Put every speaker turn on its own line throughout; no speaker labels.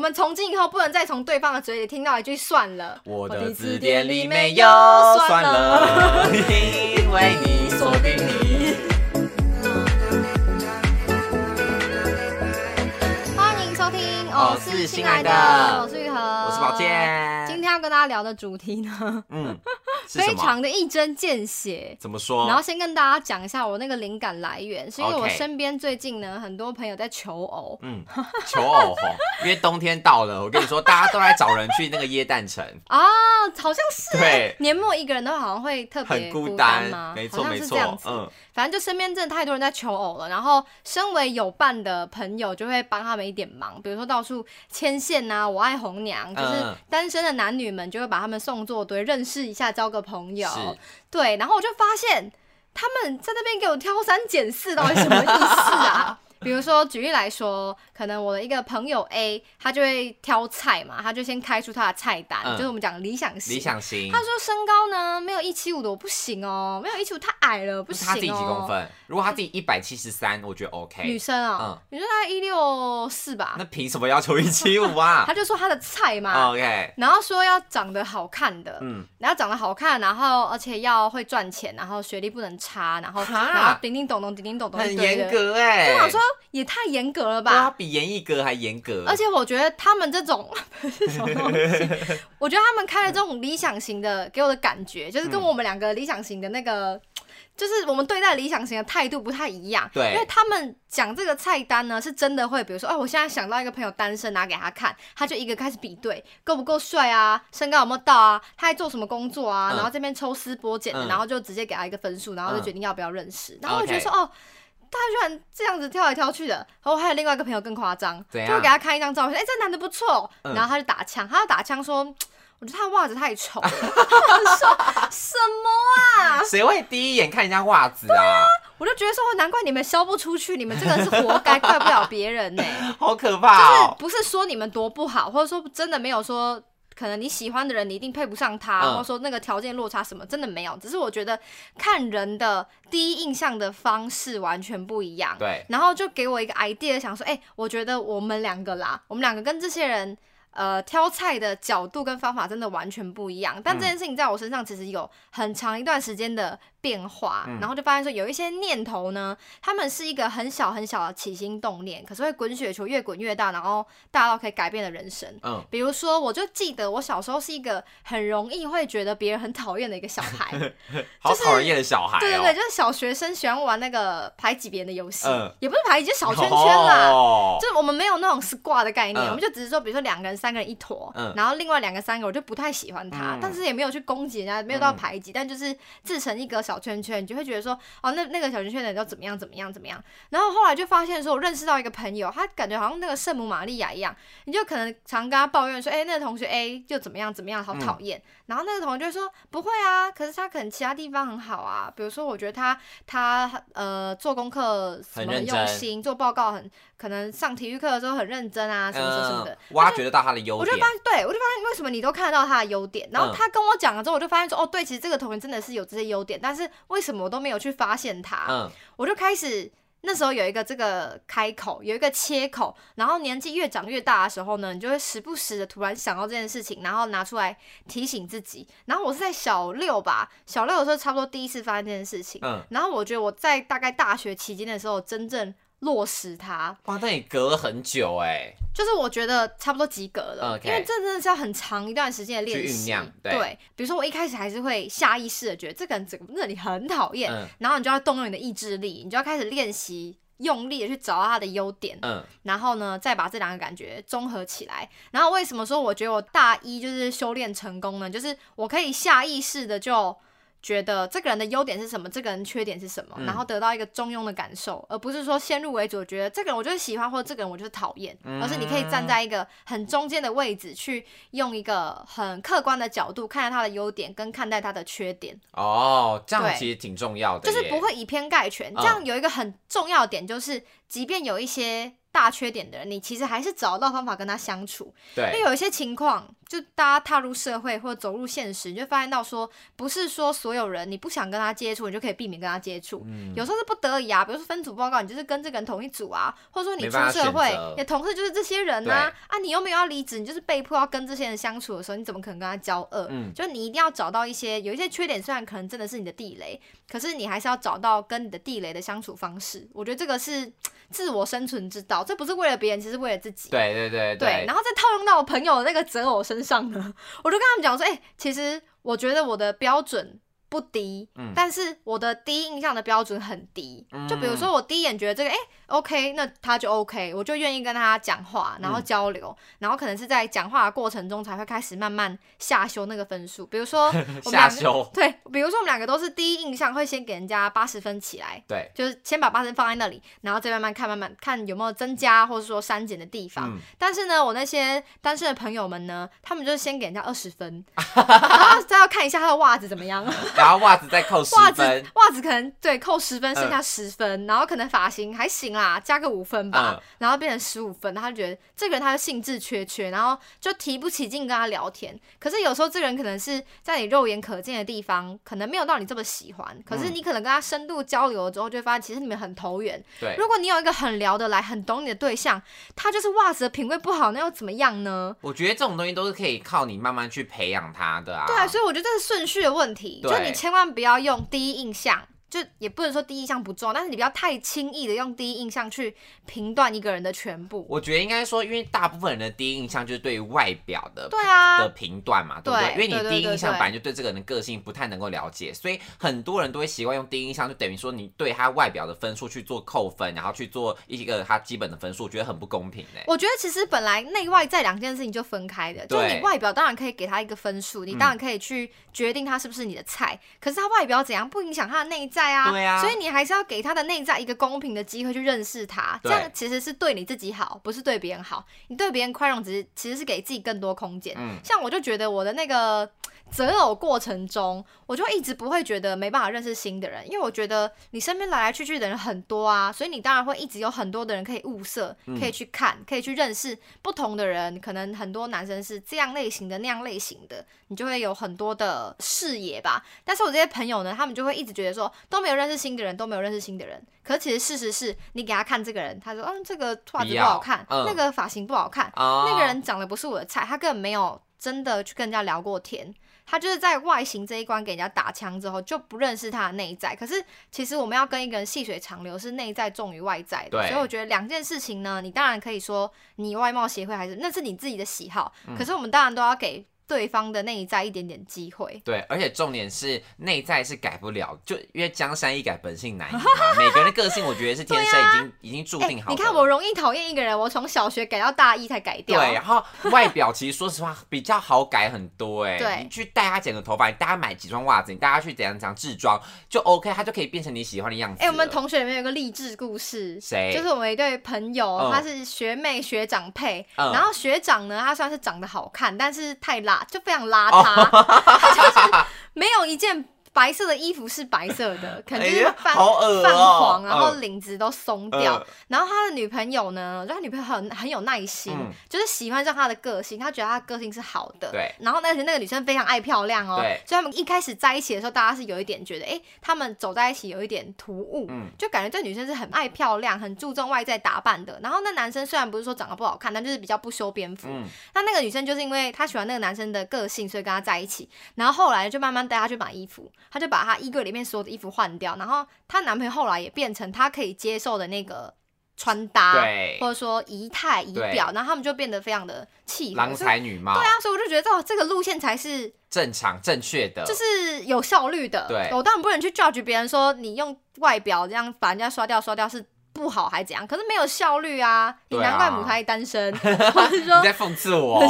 们从今以后不能再从对方的嘴里听到一句“算了”。
我
我
的
的
字
字典
典里
里
没
没
有
有
算
算
了
了，
因为你锁定你。
欢迎收听，哦，
哦是
是
新
新
来
来
的
的，我是玉和，
我
我
是宝。健，
今天要跟大家聊的主题呢，
嗯是什
非
么？
常的一针见血。
怎么说？
然后先跟大家讲一下我那个灵感来源，是因为我
OK
身边最近呢很多朋友在求偶，
嗯，求偶红，因为冬天到了，我跟你说，大家都来找人去那个椰蛋城，
啊，好像是
对
年末一个人都好像会 特
很
别
孤
单
单
吗？，
没
好
错
像
没
是
错
这样，子。
嗯，
反正就身边真的太多人在求偶了，然后身为有伴的朋友就会帮他们一点忙，比如说到处牵线呐、我爱红娘，就是
嗯
单身的男女们就会把他们送作堆，认识一下，交个朋友。
是
对，然后我就发现他们在那边给我挑三拣四，到底什么意思啊？ 比如说，举例来说，可能我的一个朋友 A，他就会挑菜嘛，他就先开出他的菜单，
嗯
就是我们讲理想型。
理想型
他。说身高呢没有一七五的我不行哦，没有一七五太矮了不行哦。
他自己几公分？如果他自己一百七十三，我觉得 OK。嗯
女生啊、女生大概一六四吧
那。嗯凭什么要求一七五啊哦
他就说 他的菜嘛，
？OK，
然后说要长得好看的，
嗯，
然后长得好看，然后而且要会赚钱，然后学历不能差，然后
哈
然后叮叮咚咚叮叮咚咚一
很
堆的，
严格哎、
我想说也太严格了
对啊，
吧。
比严艺格还严格，
而且我觉得他们这种 是什么东西？我觉得他们开的这种理想型的，给我的感觉就是跟
嗯
我们两个理想型的那个，就是我们对待理想型的态度不太一样。
对
因为他们讲这个菜单呢，是真的会，比如说，哎，我现在想到一个朋友单身，拿给他看，他就一个开始比对，够不够帅啊，身高有没有到啊，他在做什么工作啊，
嗯
然后这边抽丝剥茧的，
嗯
然后就直接给他一个分数，然后就
嗯
决定要不要认识。然后我觉得说，哦。大家居然这样子挑来挑去的，然后还有另外一个朋友更夸张，就
怎样
会给他看一张照片，哎、这男的不错，
嗯
然后他就打枪，他就打枪说，我觉得他的袜子太丑了， 我说什么啊？
谁会第一眼看人家袜子啊？
我就觉得说，难怪你们销不出去，你们这个是活该，怪不了别人呢、
好可
就
怕
是
哦！
不是说你们多不好，或者说真的没有说。可能你喜欢的人，你一定配不上他，
嗯
或者说那个条件落差什么，真的没有。只是我觉得看人的第一印象的方式完全不一样。
对，
然后就给我一个 idea，想说，哎、我觉得我们两个啦，我们两个跟这些人，呃，挑菜的角度跟方法真的完全不一样。但这件事情在我身上其实有很长一段时间的变化，
嗯
然后就发现说，有一些念头呢，他们是一个很小很小的起心动念，可是会滚雪球越滚越大，然后大到可以改变的人生。
嗯，
比如说，我就记得我小时候是一个很容易会觉得别人很讨厌的一个小孩，
好讨人厌的小孩哦。
对对对，就是小学生喜欢玩那个排挤别人的游戏，
嗯
也不是排挤，就是小圈圈啦。
哦
就是我们没有那种 squad 的概念，
嗯
我们就只是说，比如说两个人、三个人一坨，
嗯
然后另外两个、三个我就不太喜欢他，
嗯
但是也没有去攻击人家，没有到排挤，但就是自成一个小圈圈，你就会觉得说，哦，那那个小圈圈的人要怎么样、怎么样、怎么样。然后后来就发现说，我认识到一个朋友，他感觉好像那个圣母玛利亚一样，你就可能常跟他抱怨说，哎、那个同学 A 就怎么样、怎么样，好讨厌。然后那个同学就会说，不会啊，可是他可能其他地方很好啊，比如说我觉得他他呃做功课什
很
么
认
用
真
心，做报告很可能上体育课的时候很认真啊，什么什么什么的。
嗯，挖掘得到他的优
我就
点
发，现，对我就发现为什么你都看得到他的优点，然后
嗯
他跟我讲了之后，我就发现说，哦，对，其实这个同学真的是有这些优点，但是为什么我都没有去发现他？
嗯，
我就开始那时候有一个这个开口，有一个切口，然后年纪越长越大的时候呢，你就会时不时的突然想到这件事情，然后拿出来提醒自己。然后我是在小六吧，小六的时候差不多第一次发现这件事情，
嗯
然后我觉得我在大概大学期间的时候真正落实它，
哇，那你隔了很久哎，
就是我觉得差不多及格了
OK
因为这真的是要很长一段时间的练
去
习。
酝酿对
对比如说我一开始还是会下意识的觉得这个人整个那里很讨厌，
嗯
然后你就要动用你的意志力，你就要开始练习。用力的去找到他的优点，
嗯，
然后呢，再把这两个感觉综合起来。然后为什么说我觉得我大一就是修炼成功呢？就是我可以下意识的就觉得这个人的优点是什么，这个人缺点是什么，
嗯
然后得到一个中庸的感受，而不是说先入为主，觉得这个人我就是喜欢，或者这个人我就是讨厌，
嗯
而是你可以站在一个很中间的位置，去用一个很客观的角度看待他的优点，跟看待他的缺点。
哦，这样
对
其实挺重要的
就
耶，
是不会以偏概全。
嗯
这样有一个很重要的点，就是即便有一些大缺点的人，你其实还是找得到方法跟他相处。因为
对，
有一些情况，就大家踏入社会或走入现实，你就发现到说，不是说所有人你不想跟他接触，你就可以避免跟他接触。
嗯，
有时候是不得已啊，比如说分组报告，你就是跟这个人同一组啊，或者说你
没
出
办法
社会
选择，
你的同事就是这些人呐、啊，你又没有要离职，你就是被迫要跟这些人相处的时候，你怎么可能跟他交恶？
嗯
就你一定要找到一些有一些缺点，虽然可能真的是你的地雷，可是你还是要找到跟你的地雷的相处方式。我觉得这个是自我生存之道，这不是为了别人，其实是为了自己。
对对对
对，然后再套用到我朋友的那个择偶身上呢，我就跟他们讲说，哎、其实我觉得我的标准不低，
嗯
但是我的第一印象的标准很低。就比如
嗯
说我第一眼觉得这个，哎、o k 那他就 OK，我就愿意跟他讲话，然后
嗯
交流，然后可能是在讲话的过程中才会开始慢慢下修那个分数。比如 说我们
下
两个，
修，
对，比如说我们两个都是第一印象会先给人家八十分起来。
对，
就是先把八十分放在那里，然后再慢慢看，慢慢看有没有增加或者说删减的地方。
嗯，
但是呢，我那些单身的朋友们呢，他们就是先给人家二十 分，然后再要看一下他的袜子怎么样，
嗯然后袜子再扣十
袜子
分，嗯
袜子可能对扣十分，剩下十分，然后可能发型还行啦，加个五分吧，
嗯
然后变成十五分，他就觉得这个人他就兴致缺缺，然后就提不起劲跟他聊天。可是有时候这个人可能是在你肉眼可见的地方，可能没有到你这么喜欢，可是
嗯
你可能跟他深度交流了之后，就会发现其实你们很投缘，
对。
如果你有一个很聊得来、很懂你的对象，他就是袜子的品味不好，那又怎么样呢？
我觉得这种东西都是可以靠你慢慢去培养它的啊。
对啊，所以我觉得这是顺序的问题，就
对
你千万不要用第一印象，就也不能说第一印象不重要，但是你不要太轻易的用第一印象去评断一个人的全部。
我觉得应该说，因为大部分人的第一印象就是对于外表的
对啊
的，评断嘛，对不
对
对？因
对
为你第一
对对
印象
对
本来就对这个人的个性不太能够了解，所以很多人都会习惯用第一印象，就等于说你对他外表的分数去做扣分，然后去做一个他基本的分数，我觉得很不公平欸嘞、
我觉得其实本来内外在两件事情就分开的，就是你
对
外表当然可以给他一个分数，你当然可以去决定他是不是你的菜，可是他外表怎样不影响他的内在啊，
对啊
所以你还是要给他的内在一个公平的机会去认识他，这
对
样其实是对你自己好，不是对别人好，你对别人宽容只是其实是给自己更多空间。
嗯，
像我就觉得我的那个择偶过程中，我就一直不会觉得没办法认识新的人，因为我觉得你身边来来去去的人很多啊，所以你当然会一直有很多的人可以物色，
嗯
可以去看，可以去认识不同的人。可能很多男生是这样类型的，那样类型的，你就会有很多的视野吧。但是我这些朋友呢，他们就会一直觉得说都没有认识新的人，都没有认识新的人。可是其实事实是你给他看这个人，他说嗯，这个袜子
不
不
要
好看，
嗯
那个发型不好看，
啊
那个人长得不是我的菜，他根本没有真的去跟人家聊过天，他就是在外形这一关给人家打枪之后就不认识他的内在。可是其实我们要跟一个人细水长流，是内在重于外在的。
对
所以我觉得两件事情呢，你当然可以说你外貌协会还是那是你自己的喜好，
嗯
可是我们当然都要给对方的内在一点点机会。
对，而且重点是内在是改不了，就因为江山易改，本性难移嘛。每个人的个性，我觉得是天生已经、已经注
哎、
定好、
你
的。
看我容易讨厌一个人，我从小学改到大一才改掉。
对，然后外表其实说实话比较好改很多哎、
对
你去带他剪个头发，你带他买几双袜子，你带他去怎样怎样置装，就 OK，他就可以变成你喜欢的样子了。
哎、我们同学里面有个励志故事，
谁
就是我们一对朋友，
嗯
他是学妹学长配，
嗯
然后学长呢，他算是长得好看，但是太邋，就非常邋
哦
遢，他就是没有一件白色的衣服是白色 的，可能就
哎
是
呀
泛、
好恶哦
泛黄，然后
嗯
领子都松掉。
嗯
然后他的女朋友呢，就他女朋友很很有耐心，
嗯
就是喜欢上他的个性，他觉得他的个性是好的。
对。
然后而且那个女生非常爱漂亮哦，
对
所以他们一开始在一起的时候，大家是有一点觉得，哎，他们走在一起有一点突兀，
嗯
就感觉这女生是很爱漂亮、很注重外在打扮的。然后那男生虽然不是说长得不好看，但就是比较不修边幅。
嗯，
那那个女生就是因为她喜欢那个男生的个性，所以跟他在一起。然后后来就慢慢带她去买衣服，她就把她衣柜里面所有的衣服换掉。然后她男朋友后来也变成她可以接受的那个穿搭，
对，
啊或者说仪态、仪
对
表，然后他们就变得非常的契合。
郎
所以
才女貌，
对啊，所以我就觉得哦，这个路线才是
正常正确的，
就是有效率的。
对
我当然不能去 judge 别人说你用外表这样把人家刷掉刷掉是不好还是怎样，可是没有效率啊！你
对啊
难怪母胎单身， 我是说啊
你，在讽 刺我。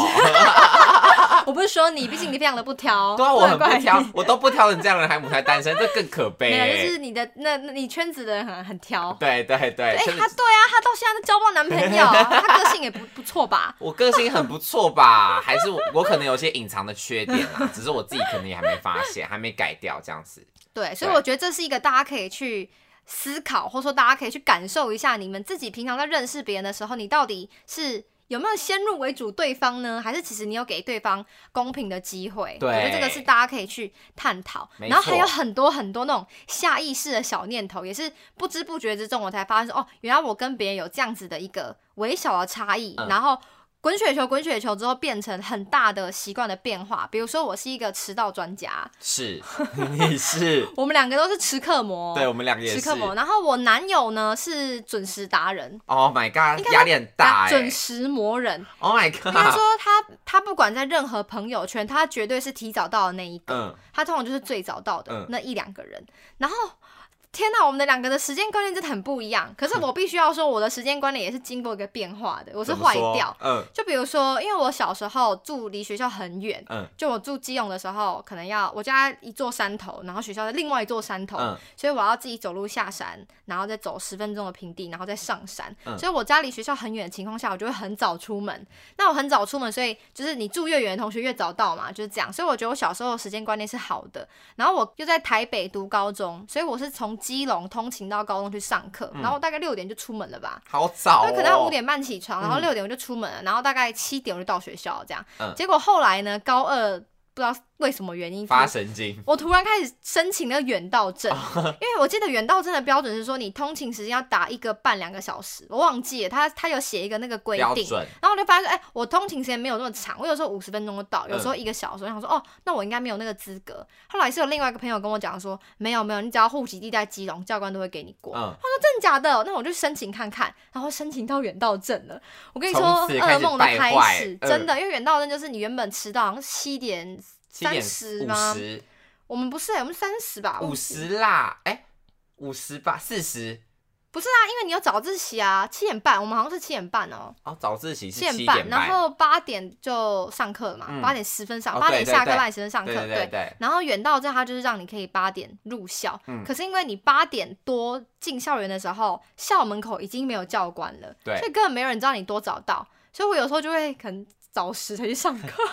我不是说你，毕竟你非常的不挑，
对啊，我很
怪
不
你
挑，我都不挑成这样的人，还母胎单身，这更可悲、
没有，就
欸。
是你的那那你圈子的人很很挑。
对对对，
哎、
真的
他对啊，他到现在都交不到男朋友，啊 他个性也不不错吧？
我个性很不错吧？ 还是我我可能有些隐藏的缺点啦， 只是我自己可能也还没发现，还没改掉这样子。
对，所以
对
我觉得这是一个大家可以去思考，或者说大家可以去感受一下，你们自己平常在认识别人的时候，你到底是有没有先入为主对方呢？还是其实你有给对方公平的机会？
对
我觉得这个是大家可以去探讨。
没
然后还
错
有很多很多那种下意识的小念头，也是不知不觉之中，我才发现说，哦，原来我跟别人有这样子的一个微小的差异，
嗯
然后。滚雪球，滚雪球之后变成很大的习惯的变化。比如说，我是一个迟到专家，
是 你是，
我们两个都是迟刻魔。哦
对我们两个也
时
是
刻。魔。然后我男友呢是准时达人，
Oh my god，
应该说
压力很大
啊
哎、
准时魔 人。
Oh my
应该
god，
说他他不管在任何朋友圈，他绝对是提早到的那一个，
嗯，
他通常就是最早到的
嗯
那一两个人。然后。天呐，我们的两个的时间观念真的很不一样。可是我必须要说，我的时间观念也是经过一个变化的，我
我
是坏掉。，
嗯
就比如说，因为我小时候住离学校很远，
嗯
就我住基隆的时候，可能要我家一座山头，然后学校在另外一座山头，
嗯，
所以我要自己走路下山，然后再走十分钟的平地，然后再上山。
嗯
所以我家离学校很远的情况下，我就会很早出门。那我很早出门，所以就是你住越远的同学越早到嘛，就是这样。所以我觉得我小时候的时间观念是好的。然后我又在台北读高中，所以我是从基隆通勤到高中去上课，
嗯
然后我大概六点就出门了吧。
好早、哦，
对，可能要五点半起床，然后
嗯
六点我就出门了，然后大概七点我就到学校，这样。
嗯
结果后来呢，高二不知道为什么原因
发神经，
我突然开始申请了远道 证，
啊
因为我记得远道证的标准是说你通勤时间要打一个半两个小时，我忘记了，他他有写一个那个规
标
定。
准，
然后我就发现，哎、我通勤时间没有那么长，我有时候五十分钟就到，有时候一个
嗯
小时。我想说，哦，那我应该没有那个资格。后来是有另外一个朋友跟我讲说，没有没有，你只要户籍地在基隆，教官都会给你过。
嗯，
真假的？那我就申请看看，然后申请到远道证了。我跟你说，
从此开
噩
始
梦的
败
开
坏
始，
嗯
真的，因为远道证就是你原本迟到好像七点
七点
30
五
吗
十
我们不是、欸，我们三十吧，
五十啦，哎、五十吧，四十。
不是啊，因为你有早自习啊，七点半，我们好像是七点半哦，
哦，早自习是
7
七
半，
点
然
半，
后八点就上课了嘛，
嗯
八、点十分上，
哦
八点
对
下课，
对对
八点十分上课，
对对对，
然后远道这它就是让你可以八点入校，
嗯
可是因为你八点多进校园的时候，校门口已经没有教官了，
对
所以根本没有人知道你多早到，所以我有时候就会可能早十才去上课。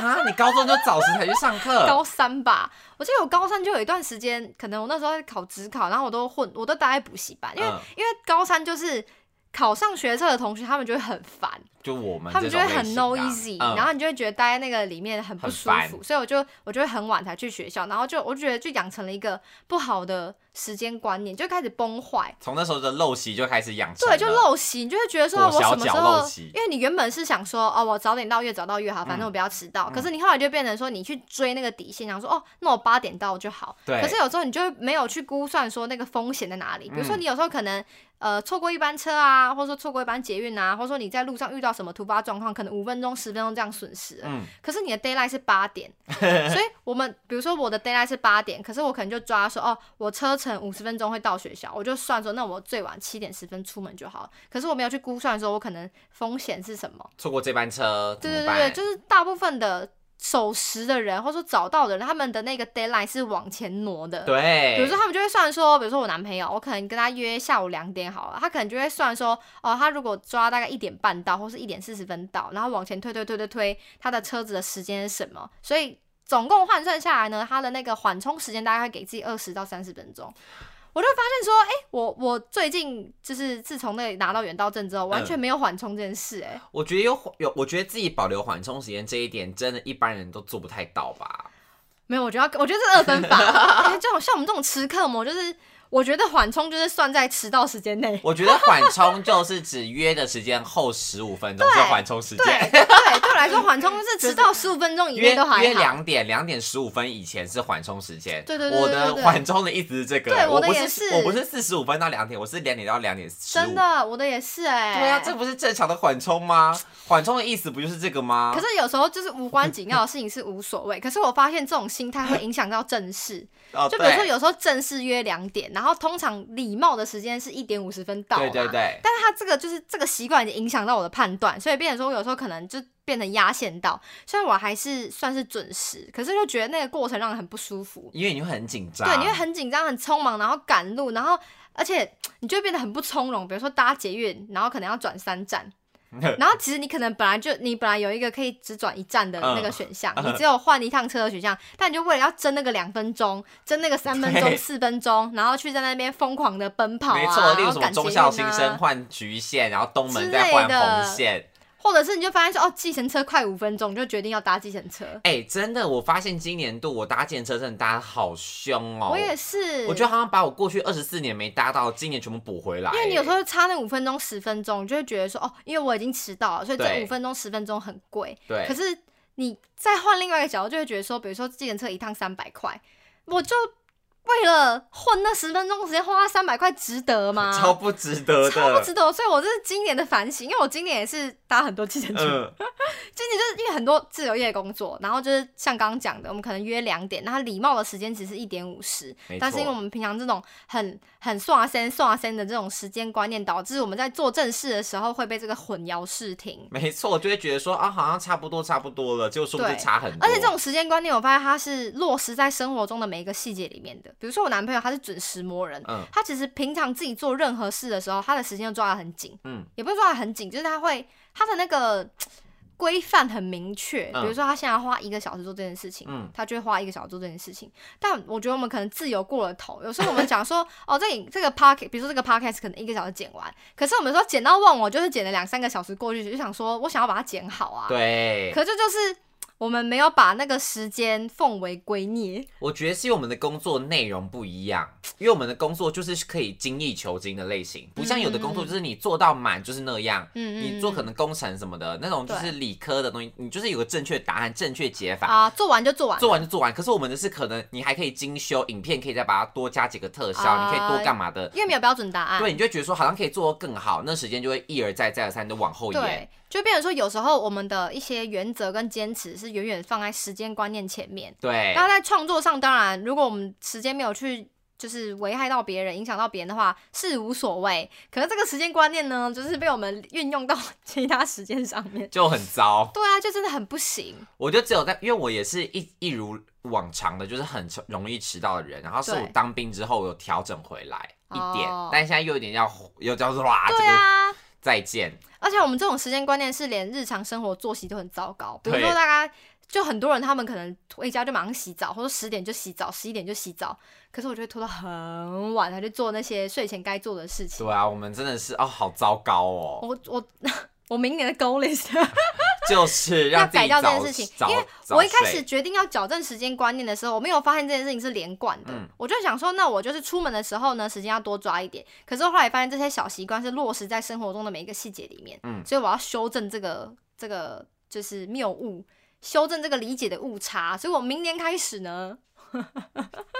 啊，你高中就早时才去上课，
高三吧，我记得我高三就有一段时间，可能我那时候在考职考，然后我都混，我都待在补习班，因为、
嗯
因为高三就是考上学测的同学，他们就会很烦，
就我们
他们
这
就
种
会
类
很
型
no
啊
easy，、
嗯
然后你就会觉得待在那个里面很不舒
很
服，所以我就我就会很晚才去学校，然后就我就觉得就养成了一个不好的时间观念，就开始崩坏。
从那时候的陋习就开始养成了，
对，就陋习，你就会觉得说，
裹
我
小
什么时
脚
候
陋习？
因为你原本是想说，哦，我早点到，越早到越好，反正
嗯
我不要迟到。
嗯
可是你后来就变成说，你去追那个底线，想说，哦，那我八点到就好。
对
可是有时候你就会没有去估算说那个风险在哪里，比如说
嗯
你有时候可能、呃错过一班车啊，或者说错过一班捷运啊，或者说你在路上遇到什么突发状况，可能五分钟、十分钟这样损失了。
嗯，
可是你的 d a y l i g h t 是八 点，所以我们比如说我的 d a y l i g h t 是八点，可是我可能就抓说哦，我车程五十分钟会到学校，我就算说那我最晚七点十分出门就好了。可是我没有去估算说我可能风险是什么。
错过这班车怎
对
么
对
办？
对，对就是大部分的守时的人，或者说早到的人，他们的那个 d a y l i g h t 是往前挪的。
对，
比如说，他们就会算说，比如说我男朋友，我可能跟他约下午两点好了，他可能就会算说，哦，他如果抓大概一点半到，或是一点四十分到，然后往前推推推推推，他的车子的时间是什么？所以总共换算下来呢，他的那个缓冲时间大概会给自己二十到三十分钟。我就会发现说，哎、我我最近就是自从那里拿到远道证之后，完全没有缓冲这件事、哎、
我觉得有有，我觉得自己保留缓冲时间这一点，真的一般人都做不太到吧？
没有，我觉得要我觉得这是二分法， 哎这种像我们这种吃客魔，就是我觉得缓冲就是算在迟到时间内。
我觉得缓冲就是指约的时间后十五分钟
对
是缓冲时
对
间，
对，对我来说缓冲是迟到十五分钟以内
约
都还
约
好。
两点两点十五分以前是缓冲时间。
对对对对
我
对
的
对
缓冲的意思是这个，
对我
我
的
不
也
是
是
我不是四十五分到两点，我是两点到两点十五。
真的，我的也是哎、
对啊，这不是正常的缓冲吗？缓冲的意思不就是这个吗？
可是有时候就是无关紧要的事情是无所 谓，可是我发现这种心态会影响到正事。
哦，
就比如说
对
有时候正事约两点，然后通常礼貌的时间是一点五十分到嘛
对对对，
但是他这个就是这个习惯已经影响到我的判断，所以变成说我有时候可能就变成压线到，虽然我还是算是准时，可是就觉得那个过程让人很不舒服。
因为你会很紧张，
对，你会很紧张、很匆忙，然后赶 路，然后而且你就会变得很不从容。比如说搭捷运，然后可能要转三站，然后其实你可能本来就你本来有一个可以只转一站的那个
嗯
选项，
嗯
你只有换一趟车的选项，但你就为了要争那个两分钟，争那个三分钟、
对
四分钟，然后去在那边疯狂的奔跑啊，
没错，例
然
如
后
什么
赶捷
中
运
校新生
啊，
换橘线，然后东
之
门再
类
换
的
红线。
或者是你就发现说哦，计程车快五分钟，你就决定要搭计程车。
哎、真的，我发现今年度我搭建车真的搭得好凶哦。
我也是，
我觉得好像把我过去二十四年没搭到，今年全部补回来。
因为你有时
候，
候差那五分钟、十分钟，你就会觉得说哦，因为我已经迟到了，所以这
对
五分钟、十分钟很贵。
对，
可是你再换另外一个角度，就会觉得说，比如说计程车一趟三百块，我就为了混那十分钟的时间花三百块，值 得吗？
超不值得的，
超不值得，所以我这是今年的反省，因为我今年也是搭很多计程车，
嗯，
今年就是因为很多自由业工作，然后就是像刚刚讲的，我们可能约两点，那它礼貌的时间其实一点五十，
没
但是因为我
错，
们平常这种很很送啊先送啊先的这种时间观念，导致我们在做正事的时候会被这个混淆视听。
没错，我就会觉得说啊，好像差不多，差不多了，结果殊不知
对
差很多。
而且这种时间观念，我发现它是落实在生活中的每一个细节里面的。比如说我男朋友他是准时磨人，
嗯
他其实平常自己做任何事的时候，他的时间都抓得很紧，
嗯，
也不是抓得很紧，就是他会他的那个规范很明确。比
嗯
如说他现在要花一个小时做这件事情，
嗯
他就会花一个小时做这件事情。但我觉得我们可能自由过了头，有时候我们讲说， 哦，这里这个 p o c k e t 比如说这个 podcast 可能一个小时剪完，可是我们说剪到忘我，就是剪了两三个小时过去，就想说我想要把它剪好啊，
对，
可这就是我们没有把那个时间奉为圭臬。
我觉得是因为我们的工作内容不一样，因为我们的工作就是可以精益求精的类型，不像有的工作就是你做到满就是那样。
嗯
你做可能工程什么的那种，就
对
是理科的东西，你就是有个正确答案、正确解法，
啊，做完就做完，
做完就做完。可是我们的是可能你还可以精修，影片可以再把它多加几个特效，
啊
你可以多干嘛的。
因为没有标准答案。
对，你就会觉得说好像可以做得更好，那时间就会一而再再而三的往后延。
对，就变成说有时候我们的一些原则跟坚持是远远放在时间观念前面。
对
然后在创作上，当然如果我们时间没有去。就是危害到别人、影响到别人的话是无所谓，可是这个时间观念呢，就是被我们运用到其他时间上面。
就很糟。
对啊，就真的很不行。
我就只有在，因为我也是一一如往常的，就是很迟容易迟到的人。然后是
对
我当兵之后我有调整回来一点，
哦
但现在又有点要又叫做哇，这
对
个
啊，
再见，
而且我们这种时间观念是连日常生活作息都很糟糕，比如
对
说大家就很多人他们可能回家就马上洗澡，或者十点就洗澡，十一点就洗澡，可是我就会拖到很晚才去做那些睡前该做的事情。
对啊，我们真的是哦，好糟糕 哦，
我我我明年的 goal list，
就是让自己
要改掉这
早
件事情
早
因为
早
我一开
睡
始决定要矫正时间观念的时候，我没有发现这件事情是连贯的，
嗯
我就想说，那我就是出门的时候呢，时间要多抓一点。可是后来发现这些小习惯是落实在生活中的每一个细节里面，
嗯
所以我要修正这个这个就是谬误，修正这个理解的误差。所以我明年开始呢，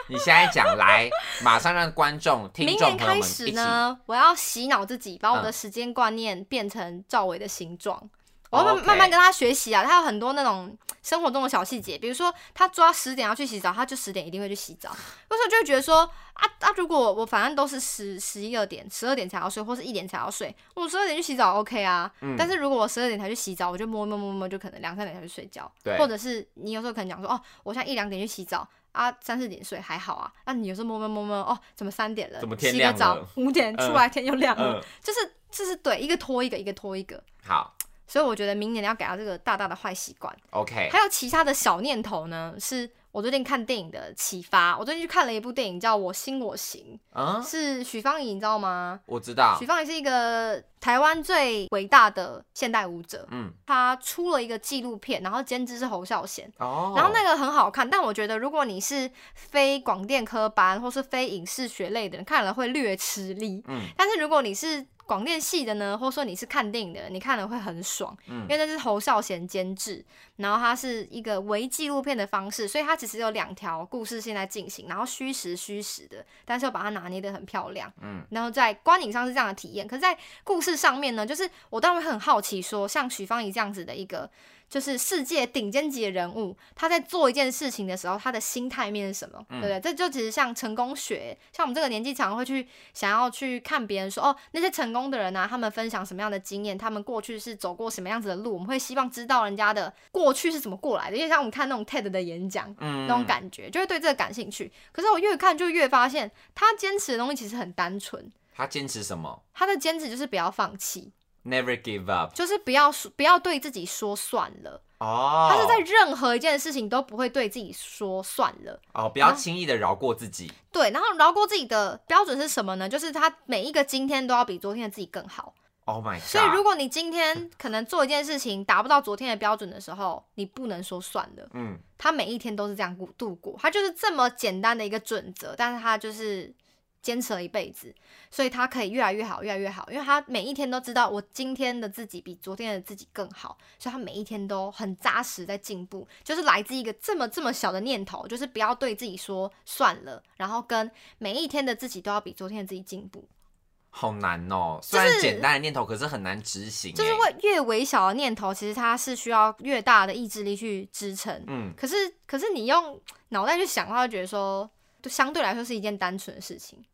你现在讲来，马上让观众、听
明
众
年
朋友
开
们
始
一起。
呢，我要洗脑自己，把我的
嗯
时间观念变成赵伟的形状。我要慢
哦 OK
慢慢跟他学习啊，他有很多那种生活中的小细节，比如说他抓十点要去洗澡，他就十点一定会去洗澡。有时候就会觉得说啊啊，如果我反正都是十十一二点、十二点才要睡，或是一点才要睡，我十二点去洗澡 OK 啊。
嗯
但是如果我十二点才去洗澡，我就摸摸摸摸，就可能两三点才去睡觉。
对
或者是你有时候可能讲说哦，我现在一两点去洗澡啊，三四点睡还好啊。那、你有时候摸摸摸摸哦，怎么三点了？
怎么天
洗
亮
个澡
了，
五点
嗯
出来天又亮了，
嗯，
就是就是对一个拖一个，一个拖一个。
好
所以我觉得明年要改掉这个大大的坏习惯。
，OK，
还有其他的小念头呢，是我最近看电影的启发。我最近去看了一部电影叫《我心我行
嗯》，，
是许芳宜，你知道吗？
我知道
许，芳宜是一个台湾最伟大的现代舞者，
嗯，
她出了一个纪录片，然后监制是侯孝贤。
哦，
然后那个很好看，但我觉得如果你是非广电科班或是非影视学类的人，看了会略吃力。
嗯
但是如果你是广电系的呢，或者说你是看电影的人，你看了会很爽，
嗯
因为那是侯孝贤监制，然后它是一个微纪录片的方式，所以它其实有两条故事线在进行，然后虚实虚实的，但是又把它拿捏得很漂亮。
嗯，
然后在观影上是这样的体验，可是，在故事上面呢，就是我当然会很好奇说像许芳宜这样子的一个，就是世界顶尖级的人物，他在做一件事情的时候，他的心态面是什么，
嗯
对不对？这就其实像成功学，像我们这个年纪，常常会去想要去看别人说，哦，那些成功的人啊，他们分享什么样的经验，他们过去是走过什么样子的路，我们会希望知道人家的过去是怎么过来的，因为像我们看那种 TED 的演讲，
嗯
那种感觉，就会对这个感兴趣。可是我越看就越发现，他坚持的东西其实很单纯，
他坚持什么？
他的坚持就是不要放弃，
Never give up。
就是不要说不要对自己说算了，
哦，
他是在任何一件事情都不会对自己说算了。
哦，不
啊
要轻易的饶过自己。
对，然后饶过自己的标准是什么呢？就是他每一个今天都要比昨天的自己更好。
Oh my god！
所以如果你今天可能做一件事情达不到昨天的标准的时候，你不能说算了。
嗯，
他每一天都是这样过度过，他就是这么简单的一个准则，但是他就是坚持了一辈子，所以他可以越来越好，越来越好，因为他每一天都知道我今天的自己比昨天的自己更好，所以他每一天都很扎实在进步，就是来自一个这么这么小的念头，就是不要对自己说算了，然后跟每一天的自己都要比昨天的自己进步，
好难哦。
就
虽
是
然简单的念头，可是很难执行。
就是
哎
会越微小的念头，其实它是需要越大的意志力去支撑，
嗯，
可是，可是你用脑袋去想的话，就觉得说，就相对来说是一件单纯的事情。
嗯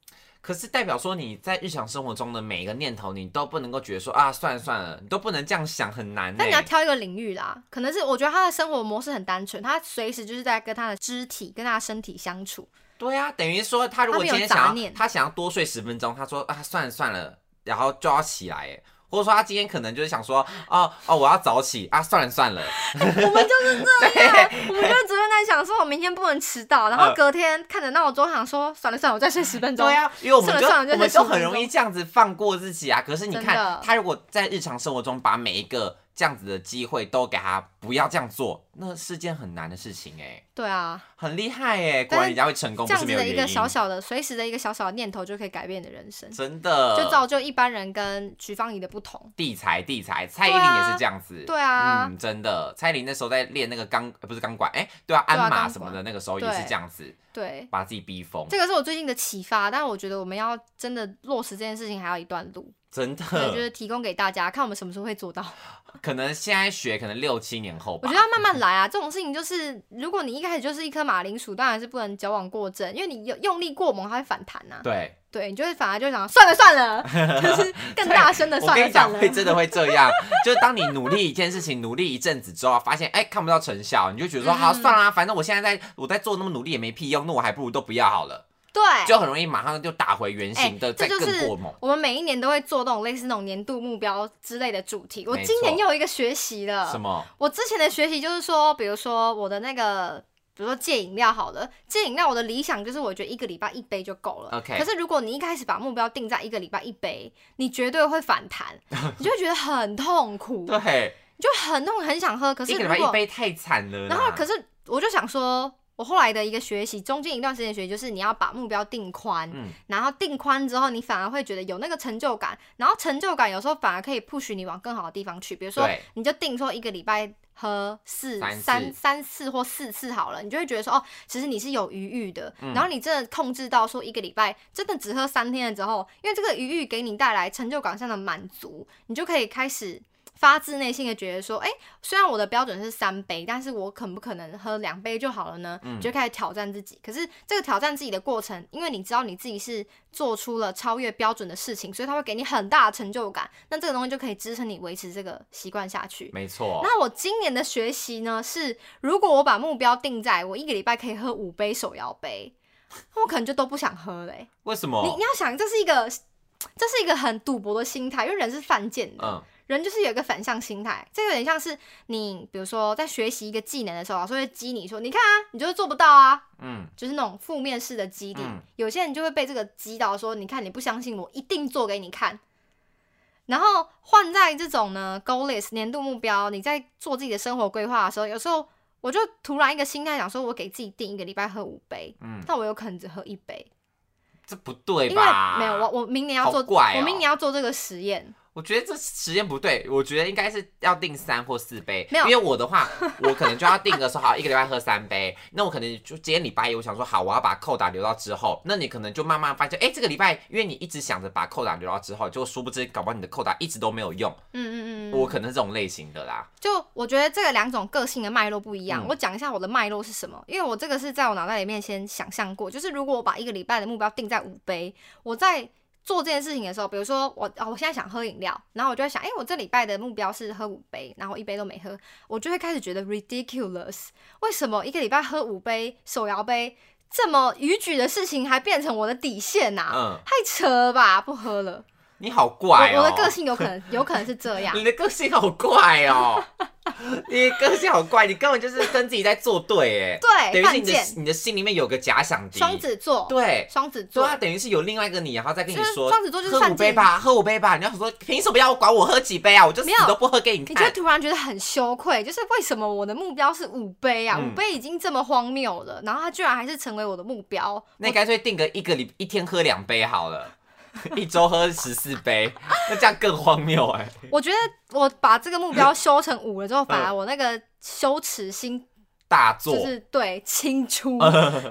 可是代表说你在日常生活中的每一个念头，你都不能够觉得说啊，算了算了，你都不能这样想，很难。欸
但你要挑一个领域啦，可能是我觉得他的生活模式很单纯，他随时就是在跟他的肢体、跟他的身体相 处。
对啊，等于说他如
他
果
没有
今天
杂
想要
念
他想要多睡十分钟，他说啊算了算了，然后就要起来耶，或者说他今天可能就是想说哦哦我要早起啊算了算了，
我们就是这样，哎我们就是只会在想说，我明天不能迟到，然后
嗯
隔天看着闹钟想说，算了算了，我再睡十分钟。
对啊，因为我们
算了
就
算了
我们就
就
很
是
容易这样子放过自己啊。可是你
真的
看他如果在日常生活中把每一个这样子的机会都给他不要这样做，那是件很难的事情哎，
对啊，
很厉害哎，果
但是
然人家会成功
这样
不
子
是没有
的一
原
个
因，
小小的、随时的一个小小的念头，就可以改变你的人生，
真的
就造就一般人跟徐芳怡的不同。
地才地才，蔡依
对
林
啊
也是这样子。
对啊
嗯，真的，蔡依林那时候在练那个钢，呃不是钢管，哎、对啊，
对啊
鞍马
钢
什么
管
的，那个时候也是
对
这样子，
对，
把自己逼疯。
这个是我最近的启发，但我觉得我们要真的落实这件事情还有一段路，
真
所以就
的，
是提供给大家，看我们什么时候会做到。
可能现在学，可能六七年后
我
吧
觉得。要慢慢来啊，这种事情就是，如果你一开始就是一颗马铃薯，当然是不能矫枉过正，因为你有用力过猛，它会反弹呐、
对，
对，你就会反而就想算了算了， 就是更大 声的
我
算
跟
了
你讲，
算
会
了。
真的会这样。 就是当你努力一件事情，努力一阵子之后，发现哎、看不到成效，你就觉得说好
嗯
算啦、反正我现在在我在做那么努力也没屁用，那我还不如都不要好了，
对，
就很容易马上就打回原形
哎
的，
这
再
就
更
是
过猛。
我们每一年都会做那种类似那种年度目标之类的主题。我
没
今年
错
又有一个学习了，
什么？
我之前的学习就是说，比如说我的那个，比如说戒饮料好了，戒饮料我的理想就是我觉得一个礼拜一杯就够了。
OK
可是如果你一开始把目标定在一个礼拜一 杯，你绝对会反弹，你就会觉得很痛苦，你
对，
就很痛苦，很想喝。可是
一个
如
礼拜一
果
杯啊太惨了啦。
然后可是我就想说，我后来的一个学习，中间一段时间的学习就是你要把目标定宽，
嗯
然后定宽之后，你反而会觉得有那个成就感，然后成就感有时候反而可以 push 你往更好的地方去，比如说
对
你就定说一个礼拜。喝四
三次
三三次或四次好了，你就会觉得说哦，其实你是有余裕的。
嗯
然后你真的控制到说一个礼拜真的只喝三天了之后，因为这个余裕给你带来成就感上的满足，你就可以开始发自内心的觉得说，哎、虽然我的标准是三杯，但是我可不可能喝两杯就好了呢？
嗯
你就开始挑战自己。可是这个挑战自己的过程，因为你知道你自己是做出了超越标准的事情，所以它会给你很大的成就感。那这个东西就可以支撑你维持这个习惯下去。
没错，
那我今年的学习呢是，如果我把目标定在我一个礼拜可以喝五杯手摇杯，我可能就都不想喝嘞、
为什么？
你你要想，这是一个这是一个很赌博的心态，因为人是犯贱的。
嗯，
人就是有一个反向心态，这有点像是你，比如说在学习一个技能的时候，老师会激你说：“你看啊，你就是做不到啊。
嗯”，
就是那种负面式的激励。
嗯
有些人就会被这个激到说：“你看，你不相信我，一定做给你看。”然后换在这种呢 goal list 年度目标，你在做自己的生活规划的时候，有时候我就突然一个心态想说，我给自己定一个礼拜喝五杯，
嗯
但我有可能只喝一杯，
这不对
因为
吧？
没有我，我明年要做，
好怪哦
我明年要做这个实验。
我觉得这时间不对，我觉得应该是要定三或四杯。
没有
因为我的话，我可能就要定个说好一个礼拜喝三杯，那我可能就今天礼拜一，我想说好，我要把扣打留到之后，那你可能就慢慢发现，哎、这个礼拜因为你一直想着把扣打留到之后，就殊不知搞不好你的扣打一直都没有用。
嗯嗯嗯，
我可能是这种类型的啦，
就我觉得这个两种个性的脉络不一样，
嗯
我讲一下我的脉络是什么，因为我这个是在我脑袋里面先想象过，就是如果我把一个礼拜的目标定在五杯，我在做这件事情的时候，比如说我啊、我现在想喝饮料，然后我就会想，哎、我这礼拜的目标是喝五杯，然后一杯都没喝，我就会开始觉得 ridiculous，为什么一个礼拜喝五杯手摇杯这么逾矩的事情还变成我的底线呐、
嗯，
太扯了吧，不喝了。
你好怪
我
哦、
我的个性有啊可能有可能是这 样，
你的个性好怪哦、你的个性好怪，你根本就是跟自己在作对 哎，
对，
等于是
犯
你
贱
的，你的心里面有个假想敌，
双子座，，
对。
双子
对
座
啊，，等于是有另外一个你，然后再跟你
就是
说，
双子座就是
喝
犯
五杯
贱
吧，喝五杯吧。你要说凭什么要管我喝几杯啊？我就死
没有
都不喝给你
你就会
看。
突然觉得很羞愧，就是为什么我的目标是五杯啊？
嗯
五杯已经这么荒谬了，然后他居然还是成为我的目标，
那干脆定个一个礼一天喝两杯好了，一周喝十四杯，那这样更荒谬哎、
我觉得我把这个目 标修成五了之后，反而我那个羞耻心
大嗯作。
就是对 清 出，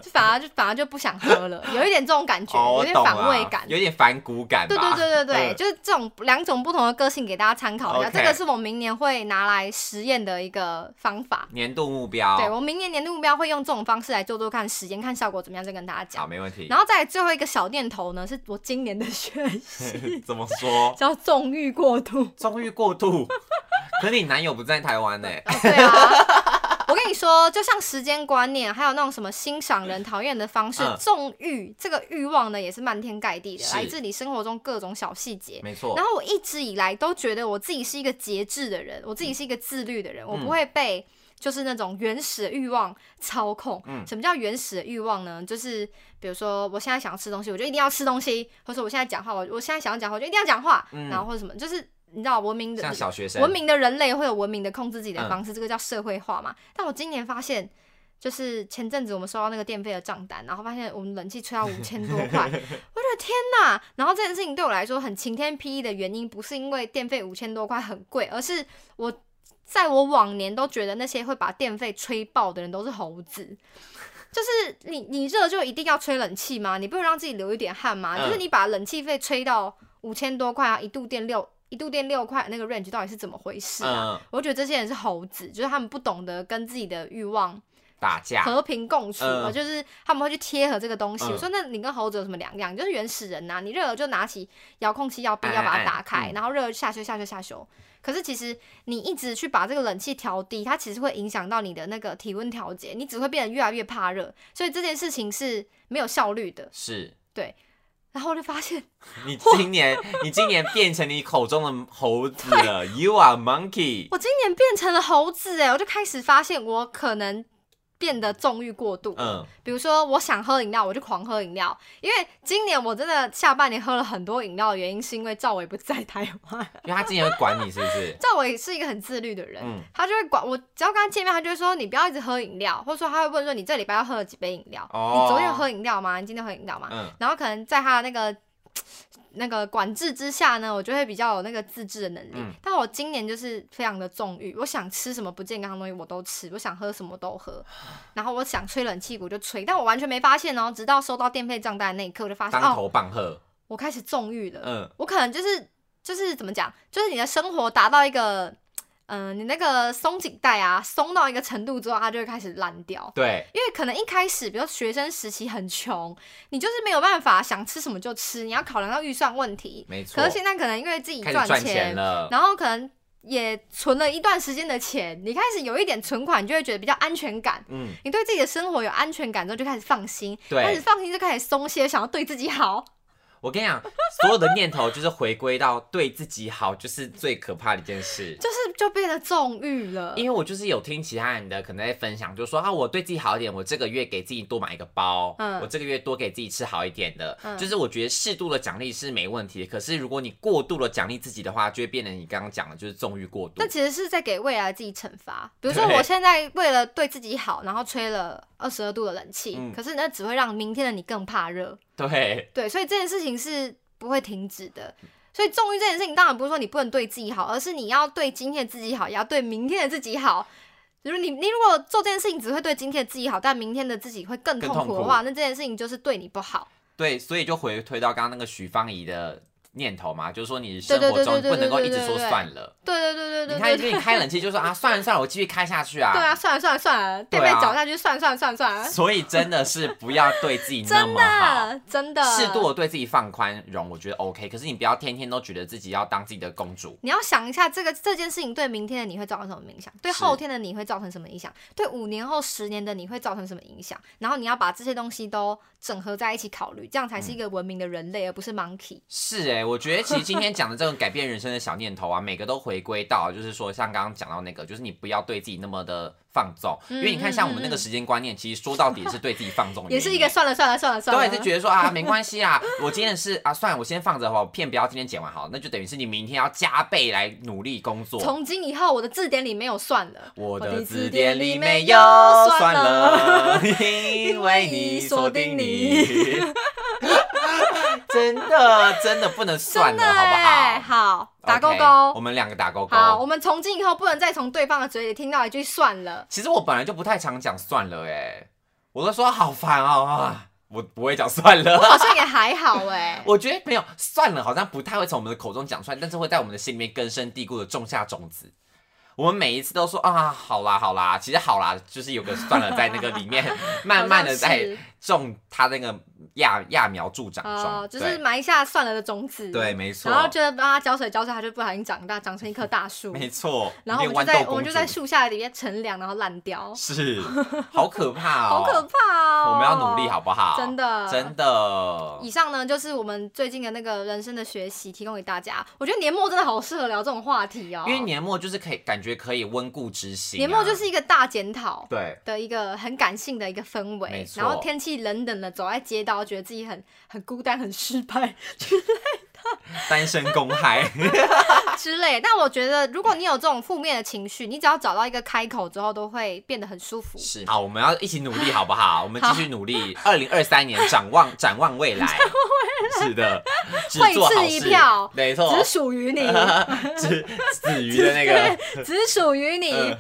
就反而就反而就不想喝了，有一点这种感觉，
哦，我
有点
懂
反胃
了
感。
有点反骨感吧。
对对对对对，
嗯
就是这种两种不同的个性给大家参考一下
OK
这个是我明年会拿来实验的一个方法。
年度目标。
对我明年年度目标会用这种方式来做做看，实验看效果怎么样，再跟大家讲
好，。没问题。
然后再来最后一个小念头呢，是我今年的学习
怎么说？
叫纵欲过度。
纵欲过度。 可你男友不在台湾呢、
哦对啊，我跟你说，就像时间观念，还有那种什么欣赏人、讨厌的方式
嗯，
纵欲、这个欲望呢，也是漫天盖地的，
是
来自你生活中各种小细节。
没错
然。后我一直以来都觉得我自己是一个节制的人，我自己是一个自律的人，
嗯
我不会被就是那种原始的欲望操控。
嗯
什么叫原始的欲望呢？就是比如说我现在想要吃东西，我就一定要吃东西；或者说我现在讲话，我我现在想要讲话，我就一定要讲话。
嗯
然后或者什么，就是你知道文明的
像小学生嗯
文，明的人类会有文明的控制自己的方式，这个叫社会化嘛。但我今年发现，就是前阵子我们收到那个电费的账单，然后发现我们冷气吹 到五千多块，我觉得天哪！然后这件事情对我来说很晴天霹雳的原因，不是因为电费五千多块很贵，而是我。在我往年都觉得那些会把电费吹爆的人都是猴子，就是你你热就一定要吹冷气吗？你不能让自己流一点汗吗？
嗯
就是你把冷气费吹到五千多块啊，一度电六一度电六块那个 range 到底是怎么回事啊？
嗯，
我觉得这些人是猴子，就是他们不懂得跟自己的欲望
打架。
和平共处，
啊
呃
嗯
就是他们会去贴合这个东西。
嗯
我说，那你跟猴子有什么两样？你就是原始人呐、啊你热了就拿起遥控器要逼
按
要把它
按
打开，
嗯
然后热了就下修下修下修。可是其实你一直去把这个冷气调低，它其实会影响到你的那个体温调节，你只会变得越来越怕热，所以这件事情是没有效率的。
是
然后我就发现，
你今年， 你今年变成你口中的猴子了。You are monkey。
我今年变成了猴子哎，我就开始发现我可能变得纵欲过度。
嗯，
比如说我想喝饮料，我就狂喝饮料，因为今年我真的下半年喝了很多饮料，的原因是因为赵伟不在台湾。
因为他今年会管你是不是？
赵伟是一个很自律的人，
嗯
他就会管我，只要跟他见面，他就会说你不要一直喝饮料，或者说他会问说你这礼拜要喝了几杯饮料，
哦
你昨天有喝饮料吗？你今天有喝饮料吗？
嗯，
然后可能在他的那个那个管制之下呢，我就会比较有那个自制的能力。
嗯
但我今年就是非常的纵欲，我想吃什么不健康的东西我都吃，我想喝什么都 喝，然后我想吹冷气我就吹，但我完全没发现哦，直到收到电费账单的那一刻，我就发现
当
哦，
头棒喝。
我开始纵欲了。
嗯，
我可能就是就是怎么讲，就是你的生活达到一个。嗯、你那个松紧带啊，松到一个程度之后，它就会开始烂掉。
对，
因为可能一开始，比如学生时期很穷，你就是没有办法想吃什么就吃，你要考量到预算问题。
没错
可是。现在可能因为自己
开
赚
始赚钱了。
然后可能也存了一段时间的钱，你开始有一点存款，你就会觉得比较安全感。
嗯，
你对自己的生活有安全感之后，就开始放心，开
对
始。放心就开始松懈，想要对自己 好。
我跟你讲，所有的念头就是回归到对自己好，就是最可怕的一件事。
就是就变得纵欲了。
因为我就是有听其他人的可能在分享，就说啊，我对自己好一点，我这个月给自己多买一个包，
嗯
我这个月多给自己吃好一点的，
嗯
就是我觉得适度的奖励是没问题。可是如果你过度的奖励自己的话，就会变成你刚刚讲的，就是纵欲过度
那。其实是在给未来自己惩罚。比如说，
对
我现在为了对自己好，然后吹了二十二度的冷气，
嗯
可是那只会让明天的你更怕热。
对，
对，所以这件事情是不会停止的。所以纵欲这件事情，当然不是说你不能对自己好，而是你要对今天的自己好，也要对明天的自己好。就是你，你如果做这件事情只会对今天的自己好，但明天的自己会更
更
痛苦
痛
的
苦
话，那这件事情就是对你不好。
对，所以就回推到刚刚那个许芳宜的念头嘛，就是说你
对
生
对
活
对
中
对
不能够
对
一
对
直说
对对
算了。
对对对对
你
对
看，
对
因
对。
为你开冷气就说啊，算了算了，我继续开下去啊。
对啊，算了算了算了，电费
对啊
缴下去，算了算了算了算了。
所以真的是不要对自己 那
真
么好。
的真的
适度的对自己放宽容，我觉得 OK。可是你不要天天都觉得自己要当自己的公主。
你要想一下，这个这件事情对明天的你会造成什么影响？对
是
后天的你会造成什么影响？对五年后、十年的你会造成什么影响？然后你要
嗯
把这些东西都整合在一起考虑，这样才是一个文明的人类，而不是 monkey。
是哎、我觉得其实今天讲的这种改变人生的小念头啊，每个都回归到，就是说像刚刚讲到那个，就是你不要对自己那么的放纵，因为你看像我们那个时间观念，其实说到底嗯也是对自己放纵的
也
原因，啊
是一个算了算了算了算了，
对，就觉得说啊，没关系啊，我今天是啊，算了，我先放着哈，片不要今天剪完好了，那就等于是你明天要加倍来努力工作。
从今以后我的字典里没有算了，
我
我
的
的
字
字典
典里
里
没
没
有
有
算
算
了
了，
因为你锁定你
因，
真的真的不能算
真的
了，好
欸
不好？
好，打勾
OK，我
勾。
们两个打勾勾。
好，我们从今以后不能再从对方的嘴里听到一句算 了。
其实我本来就不太常讲算了、哎，我都说好烦哦、啊，我不会讲算了。
好像也还好哎、
我觉得没有算了，好像不太会从我们的口中讲出来，但是会在我们的心里面根深蒂固的种下种子。我们每一次都说啊，好啦好啦，其实好啦，就是有个算了在那个里面，慢慢的在种它那个揠揠苗助长中，
哦、就是
对
埋下算了的种子。
对，。没错，
然后就帮它浇水浇水，它就不小心长大，长成一棵大树。
没错，
然后我
有
们
点
就在
豌豆
我们
公
就在
主
树下里面乘凉，然后烂掉，
是好可怕哦，
好可怕哦！
我们要努力，好不好？
真的，
真。的，
以上呢就是我们最近的那个人生的学习，提供给大家。我觉得年末真的好适合聊这种话题哦，
因为年末就是可以感觉可以温故知新啊、
年末就是一个大检讨
对。
的一个很感性的一个氛
没
围，
错
然后天气冷冷的，走在街道，觉得自己很很孤单、很失败
单身公害，
之类。但我觉得，如果你有这种负面的情绪，你只要找到一个开口之后，都会变得很舒服。
是好，我们要一起努力，好不 好？我们继续努力，二零二三年展望展望未来， 是的，只
会
做
吃
好
一
事
票，
没
只
错，
属于你，
只子瑜的那个，
对， 只属于你。
嗯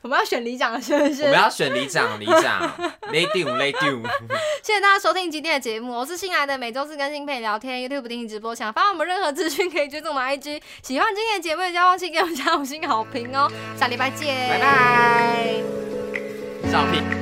我们要选里长是不是
我？们要选里长，里 长 l a d y l a d y
谢谢大家收听今天的节目，我是新来的，每周四更新陪你聊天，YouTube 不定期直播，想发我们任何资讯可以追踪我们 IG。喜欢今天的节目，也不要忘记给我们加五星好评哦，下礼拜见，
拜拜，小屁。